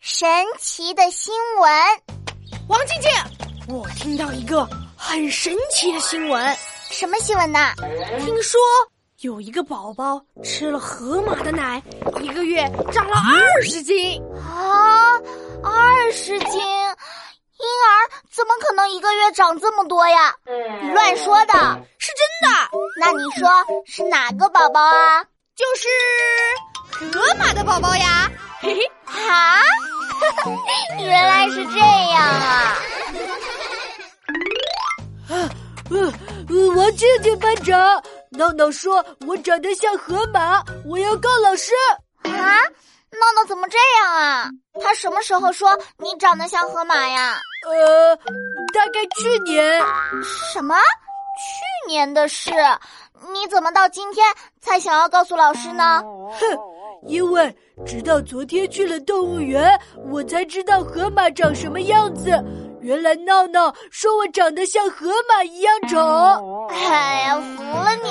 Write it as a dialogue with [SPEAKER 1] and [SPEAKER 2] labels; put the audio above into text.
[SPEAKER 1] 神奇的新闻，
[SPEAKER 2] 王静静，我听到一个很神奇的新闻，
[SPEAKER 1] 什么新闻呢？
[SPEAKER 2] 听说有一个宝宝吃了河马的奶，一个月长了二十斤。
[SPEAKER 1] 啊，二十斤，婴儿怎么可能一个月长这么多呀？你乱说的，
[SPEAKER 2] 是真的，
[SPEAKER 1] 那你说是哪个宝宝啊？
[SPEAKER 2] 就是河马的宝宝呀。嘿嘿，
[SPEAKER 1] 啊， 原来是这样啊！
[SPEAKER 3] 呃，呃王静静班长，闹闹说我长得像河马，我要告老师。
[SPEAKER 1] 啊，闹闹怎么这样啊？他什么时候说你长得像河马呀？
[SPEAKER 3] 呃，大概去年，
[SPEAKER 1] 什么？去年的事？你怎么到今天才想要告诉老师呢？
[SPEAKER 3] 因为直到昨天去了动物园，我才知道河马长什么样子。原来闹闹说我长得像河马一样丑。
[SPEAKER 1] 哎呀，服了你